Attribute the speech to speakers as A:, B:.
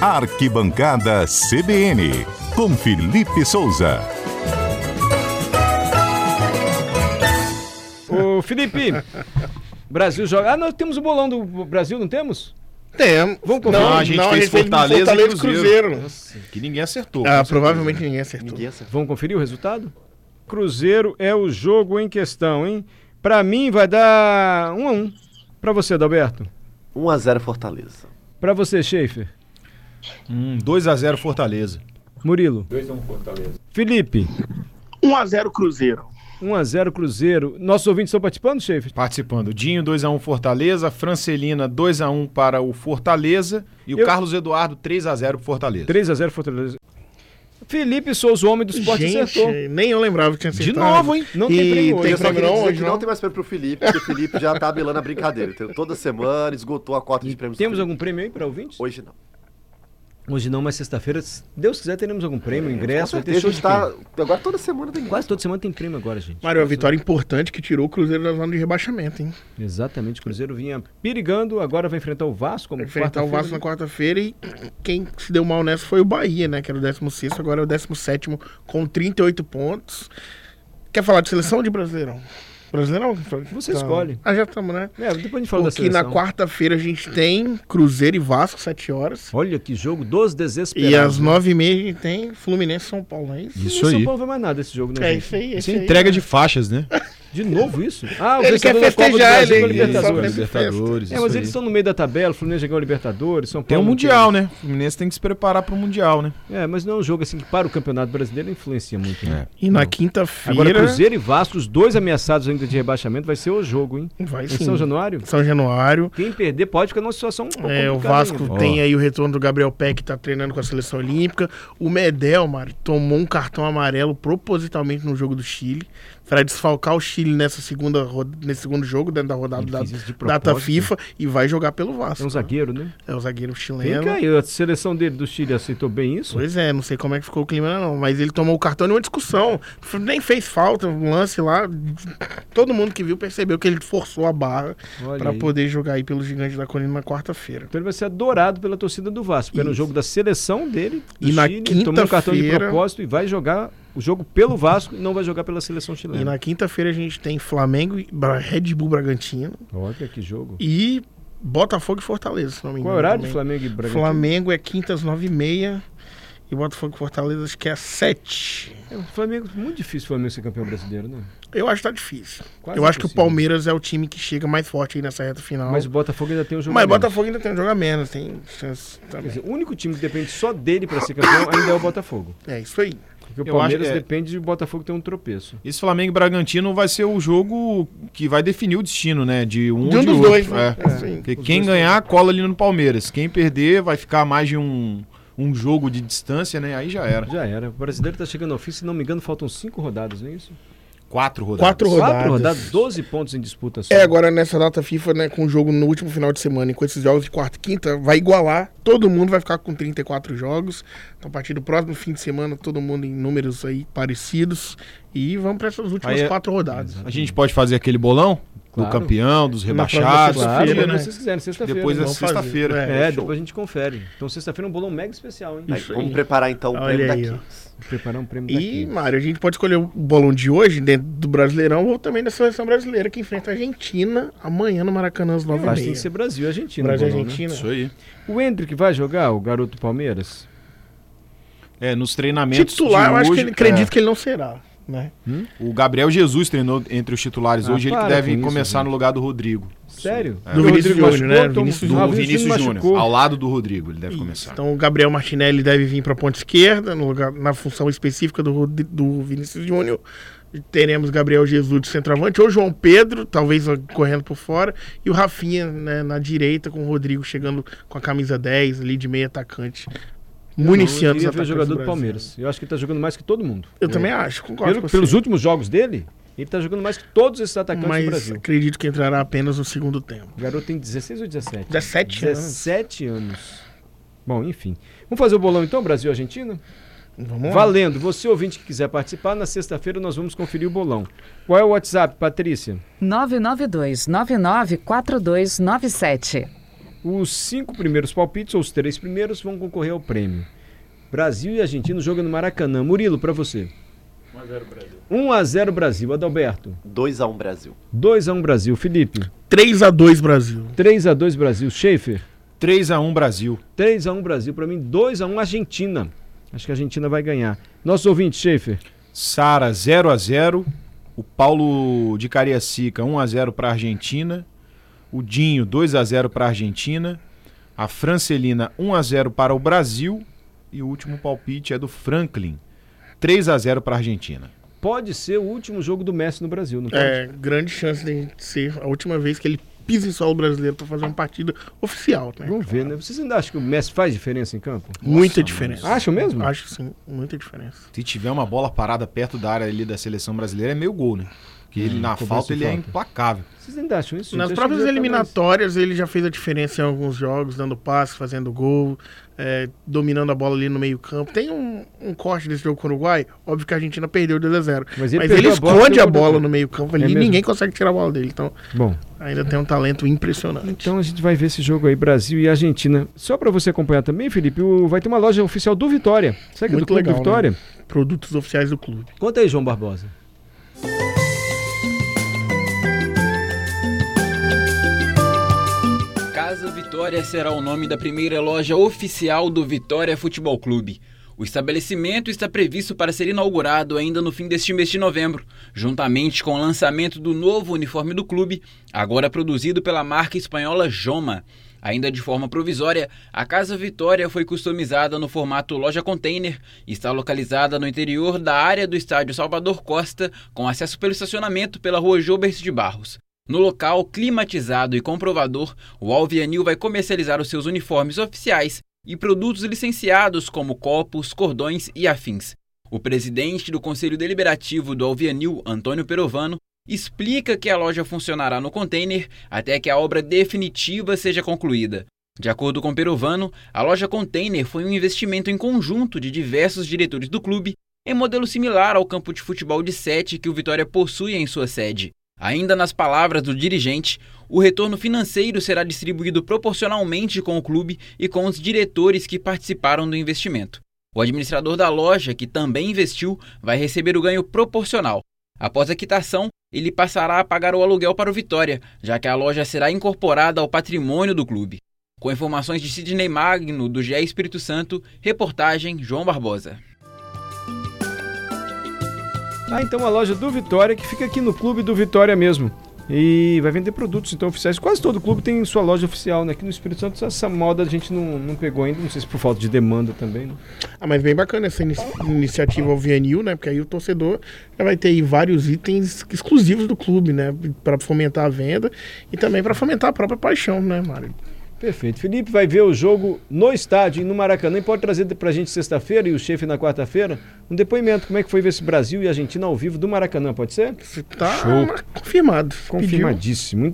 A: Arquibancada CBN, com Felipe Souza.
B: Ô, Felipe, Brasil joga. Ah, nós temos o bolão do Brasil, não temos?
C: Temos.
B: Vamos
C: Não,
B: conferir.
C: não, a gente fez Fortaleza, e Cruzeiro.
D: Nossa, que ninguém acertou.
C: Ah, provavelmente ninguém acertou.
D: Ninguém acertou.
B: Vamos conferir o resultado? Cruzeiro é o jogo em questão, hein? Pra mim vai dar 1 a 1 Pra você, Adalberto.
E: 1x0 Fortaleza.
B: Pra você, Schaefer.
D: Hum, 2x0 Fortaleza.
B: Murilo. 2 a 1 Fortaleza. Felipe,
F: 1x0 Cruzeiro.
B: 1 a 0 Cruzeiro. Nossos ouvintes estão participando, Schaefer?
D: Participando, Dinho 2x1 Fortaleza, Francelina 2x1 para o Fortaleza e
B: Eu-
D: o Carlos Eduardo 3x0 pro Fortaleza.
B: 3 a 0 Fortaleza. Felipe Souza, o homem do esporte,
C: Gente,
B: acertou.
C: nem eu lembrava que tinha acertado.
D: novo, hein?
B: Não tem prêmio hoje.
C: Tem
E: Eu só
C: prêmio
E: queria
C: não
E: dizer
C: hoje,
E: que
C: não?
E: não tem mais prêmio pro Felipe, porque o Felipe já tá apelando a brincadeira. Então, toda semana esgotou a cota de prêmios. do
B: Temos
E: Felipe.
B: algum prêmio aí pra ouvintes?
E: Hoje não.
B: Hoje não, mas sexta-feira, se Deus quiser, teremos algum prêmio,
E: Com
B: ingresso, vai ter
E: certeza,
B: show
E: a
B: de
E: gente
B: tá...
E: tá... Agora toda semana tem
B: Quase toda semana tem prêmio agora, gente.
C: Mário, a vitória importante que tirou o Cruzeiro da zona de rebaixamento, hein?
B: Exatamente, o Cruzeiro vinha perigando, agora vai enfrentar o Vasco. Como
C: Enfrentar o
B: quarta-feira,
C: Vasco
B: né?
C: na quarta-feira e quem se deu mal nessa foi o Bahia, né? Que era o 16, agora é o 17 com 38 pontos. Quer falar de seleção ou de Brasileirão? Brasileirão?
B: Você escolhe.
C: Ah, já estamos, né?
B: É, depois a gente fala da
C: Porque na
B: seleção.
C: quarta-feira a gente tem Cruzeiro e Vasco, 7 horas.
B: Olha que jogo dos desesperados.
C: E às
B: né?
C: 9h30 a gente tem Fluminense e São Paulo, não é isso?
B: Nem
D: Isso aí.
B: São Paulo vai mais nada esse jogo, né?
C: É
B: gente?
C: isso aí, é isso
D: Isso
C: aí.
D: é entrega de faixas, né?
B: De novo isso? Ah, o
C: Ele
B: vencedor
C: quer
B: da Copa do
C: festejar,
B: Brasil
C: ele-
B: com a
C: ele
B: É, Libertadores. né?
C: só
D: Libertadores.
B: É, mas eles
D: isso aí.
B: estão no meio da tabela, o Fluminense ganhou a Libertadores, São Paulo...
D: Tem um
B: não
D: Mundial, né? O Fluminense tem que se preparar pro Mundial, né?
B: É, mas não é um jogo assim que para o Campeonato Brasileiro influencia muito. Né?
C: E na quinta-feira.
B: Agora, Cruzeiro e Vasco, os dois ameaçados ainda de rebaixamento, vai ser o jogo, hein?
C: Vai
B: Em
C: sim.
B: São Januário?
C: São Januário.
B: Quem perder pode ficar numa situação um pouco
C: É, o
B: complicada
C: Vasco
B: ainda.
C: tem aí o retorno do Gabriel Peck, que tá treinando com a seleção olímpica. O Medel, Mário, tomou um cartão amarelo propositalmente no jogo do Chile, para desfalcar o Chile nessa segunda, ro- nesse segundo jogo, dentro da rodada
B: Ele
C: da
B: fez isso de
C: data
B: propósito. né?
C: FIFA, e vai jogar pelo Vasco.
B: É um zagueiro, né?
C: É o zagueiro
B: Vem
C: chileno.
B: cá, e a seleção dele do Chile aceitou bem isso?
C: Pois é, não sei como é que ficou o clima, não. Mas ele tomou o cartão numa discussão. F- Nem fez falta, um lance lá. Todo mundo que viu percebeu que ele forçou a barra
B: Olha
C: para
B: aí.
C: poder jogar aí pelo Gigante da Colina na quarta-feira.
B: Então ele vai ser adorado pela torcida do Vasco, porque era um jogo da seleção dele, do
C: E na
B: Chile, ele tomou um cartão de
C: quinta-feira-
B: propósito e vai jogar o jogo pelo Vasco e não vai jogar pela seleção
C: E
B: chilena.
C: na quinta-feira a gente tem Flamengo e Bra- Red Bull Bragantino
B: Olha que jogo.
C: e Botafogo e Fortaleza, se não me engano.
B: Qual é o horário de
C: também.
B: Flamengo e Bragantino?
C: Flamengo é quinta às nove e meia e Botafogo e Fortaleza acho que é às sete.
B: É, o Flamengo, muito difícil o Flamengo ser campeão brasileiro, né?
C: Eu acho que tá difícil.
B: Quase
C: Eu acho que o
B: impossível.
C: Palmeiras é o time que chega mais forte aí nessa reta final.
B: Mas o Botafogo ainda tem um jogo.
C: Mas
B: a
C: o
B: menos.
C: Botafogo ainda tem um jogo a menos, tem chance
B: Quer
C: também.
B: dizer, o único time que depende só dele pra ser campeão ainda é o Botafogo.
C: É isso aí.
B: Porque o
D: Eu acho
B: Palmeiras
D: que é.
B: depende de o Botafogo ter um tropeço.
D: Esse Flamengo e Bragantino vai ser o jogo que vai definir o destino, né? De um,
C: De um
D: ou de
C: dos
D: outro.
C: dois, né?
D: É.
C: É isso aí.
D: Porque quem ganhar, cola ali no Palmeiras. Quem perder, vai ficar a mais de um, um jogo de distância, né? Aí já era.
B: Já era. O brasileiro tá chegando ao fim, se não me engano, faltam cinco rodadas, não é isso?
D: Quatro rodadas.
C: Quatro
B: Quatro
C: rodadas.
B: rodadas, 12 pontos em disputa só.
C: É, agora nessa data FIFA, né, com o jogo no último final de semana e com esses jogos de quarta e quinta, vai igualar. Todo mundo vai ficar com 34 jogos. Então, a partir do próximo fim de semana, todo mundo em números aí parecidos. E vamos para essas últimas
D: Aí é-
C: quatro rodadas.
D: A gente pode fazer aquele bolão
B: Claro.
D: do campeão, dos
C: É. Na próxima
D: rebaixados.
B: Claro,
C: sexta-feira,
B: quando
C: né?
B: vocês quiserem, sexta-feira.
D: Depois da
C: vamos fazer.
D: sexta-feira.
C: É,
B: É,
C: show.
B: depois a gente confere. Então sexta-feira é um bolão mega especial, hein?
E: Aí,
C: Isso
E: vamos
C: aí.
E: preparar então o
C: Olha
E: prêmio
C: aí,
E: daqui.
B: Preparar um prêmio
C: E,
B: daqui.
C: Mário, a gente pode escolher o bolão de hoje, dentro do Brasileirão, ou também da seleção brasileira, que enfrenta a Argentina amanhã no Maracanã às
B: Eu acho que tem que
C: 9h30.
B: ser Brasil e Argentina.
C: Brasil e
B: no bolão, né?
C: Argentina.
D: Isso aí.
B: O Hendrick vai jogar, o garoto Palmeiras?
D: É, nos treinamentos.
C: Titular,
D: de
C: eu acho que
D: hoje,
C: ele acredito
D: é,
C: que ele não será, né?
D: O Gabriel Jesus treinou entre os titulares
B: Ah,
D: hoje. Ele que
B: para
D: deve
B: com isso,
D: começar
C: né?
B: gente.
D: no lugar do Rodrigo.
B: Sério?
D: É.
B: O
C: Do Vinícius
B: Rodrigo
C: Júnior,
B: machucou, tomou-
C: né? Vinícius
D: Do
B: Ah, o
D: Vinícius Júnior.
B: machucou.
D: Ao lado do Rodrigo, ele deve
C: Isso.
D: começar.
C: Então o Gabriel Martinelli deve vir para a ponta esquerda, no lugar- na função específica do, Rod- do Vinícius Júnior. Teremos Gabriel Jesus de centroavante, ou João Pedro, talvez correndo por fora, e o Rafinha né, na direita, com o Rodrigo chegando com a camisa 10 ali de meio atacante,
B: Eu
C: municiando os
B: queria ver
C: atacantes
B: é jogador do
C: Brasil.
B: Palmeiras. Eu acho que ele tá jogando mais que todo mundo.
C: Eu também acho, concordo
B: Pelo-
C: com você.
B: pelos últimos jogos dele, ele tá jogando mais que todos esses atacantes do
C: Mas
B: Brasil.
C: acredito que entrará apenas no segundo tempo.
B: O garoto tem 16 ou 17?
C: 17 anos.
B: 17 anos. Bom, enfim. Vamos fazer o bolão então, Brasil e Argentina?
C: Vamos lá.
B: Valendo. Você ouvinte que quiser participar, na sexta-feira nós vamos conferir o bolão. Qual é o WhatsApp, Patrícia?
G: 992 994297
B: Os cinco primeiros palpites, ou os três primeiros, vão concorrer ao prêmio. Brasil e Argentina, o jogo é no Maracanã. Murilo, pra você. 1x0 Brasil. Adalberto.
E: 2x1 Brasil.
B: 2x1 Brasil. Felipe.
C: 3x2 Brasil.
B: 3x2 Brasil. Schaefer.
D: 3x1 Brasil.
B: 3x1 Brasil. Pra mim, 2x1 Argentina. Acho que a Argentina vai ganhar. Nosso ouvinte, Schaefer.
D: Sara 0x0. O Paulo de Cariacica 1x0 para Argentina. O Dinho 2x0 para Argentina. A Francelina 1x0 para o Brasil. E o último palpite é do Franklin. 3x0 para Argentina.
B: Pode ser o último jogo do Messi no Brasil, não pode?
C: É, grande chance de ser a última vez que ele pisa em solo brasileiro pra fazer uma partida oficial, né?
B: Vamos ver, né? Vocês ainda acham que o Messi faz diferença em campo?
C: Muita diferença.
B: Acham mesmo?
C: Acho sim, muita diferença.
D: Se tiver uma bola parada perto da área ali da seleção brasileira, é meio gol, né? Porque ele, na
B: Hum, cobrança
D: falta
B: de
D: ele é
B: falta.
D: implacável.
B: Vocês ainda acham isso?
C: Nas
B: gente? Acho
C: próprias
B: que já tá mais-
C: eliminatórias, ele já fez a diferença em alguns jogos, dando passe, fazendo gol, é, dominando a bola ali no meio-campo. Tem um, um corte desse jogo com o Uruguai, óbvio que a Argentina perdeu 2x0.
B: Mas
C: Mas
B: ele
C: ele,
B: perdeu a bola,
C: esconde
B: deu
C: a
B: gol
C: bola
B: depois.
C: no meio-campo ali
B: É
C: e
B: mesmo?
C: ninguém consegue tirar a bola dele. Então,
B: Bom,
C: ainda tem um talento impressionante.
B: então a gente vai ver esse jogo aí, Brasil e Argentina. Só pra você acompanhar também, Felipe, o- vai ter uma loja oficial do Vitória. Sabe que é do
C: Muito
B: Clube
C: legal, né?
B: do Vitória?
C: Produtos oficiais do clube.
B: Conta aí, João Barbosa.
G: Casa Vitória será o nome da primeira loja oficial do Vitória Futebol Clube. O estabelecimento está previsto para ser inaugurado ainda no fim deste mês de novembro, juntamente com o lançamento do novo uniforme do clube, agora produzido pela marca espanhola Joma. Ainda de forma provisória, a Casa Vitória foi customizada no formato loja container e está localizada no interior da área do estádio Salvador Costa, com acesso pelo estacionamento pela rua Jobert de Barros. No local climatizado e comprovador, o Alvianil vai comercializar os seus uniformes oficiais e produtos licenciados como copos, cordões e afins. O presidente do Conselho Deliberativo do Alvianil, Antônio Perovano, explica que a loja funcionará no container até que a obra definitiva seja concluída. De acordo com Perovano, a loja container foi um investimento em conjunto de diversos diretores do clube, em modelo similar ao campo de futebol de sete que o Vitória possui em sua sede. Ainda nas palavras do dirigente, o retorno financeiro será distribuído proporcionalmente com o clube e com os diretores que participaram do investimento. O administrador da loja, que também investiu, vai receber o ganho proporcional. Após a quitação, ele passará a pagar o aluguel para o Vitória, já que a loja será incorporada ao patrimônio do clube. Com informações de Sidney Magno, do GE Espírito Santo, reportagem João Barbosa.
B: Ah, então a loja do Vitória, que fica aqui no Clube do Vitória mesmo. E vai vender produtos então oficiais. Quase todo clube tem sua loja oficial, né? Aqui no Espírito Santo essa moda a gente não, não pegou ainda, não sei se por falta de demanda também. né?
C: Ah, mas bem bacana essa ini- iniciativa ao Vianil, né? Porque aí o torcedor já vai ter aí vários itens exclusivos do clube, né? Pra fomentar a venda e também pra fomentar a própria paixão, né, Mário?
B: Perfeito. Felipe vai ver o jogo no estádio e no Maracanã. E pode trazer pra gente sexta-feira e o chefe na quarta-feira um depoimento. Como é que foi ver esse Brasil e Argentina ao vivo do Maracanã, pode ser?
C: Você tá
D: Show.
C: confirmado. Pediu.
B: Confirmadíssimo.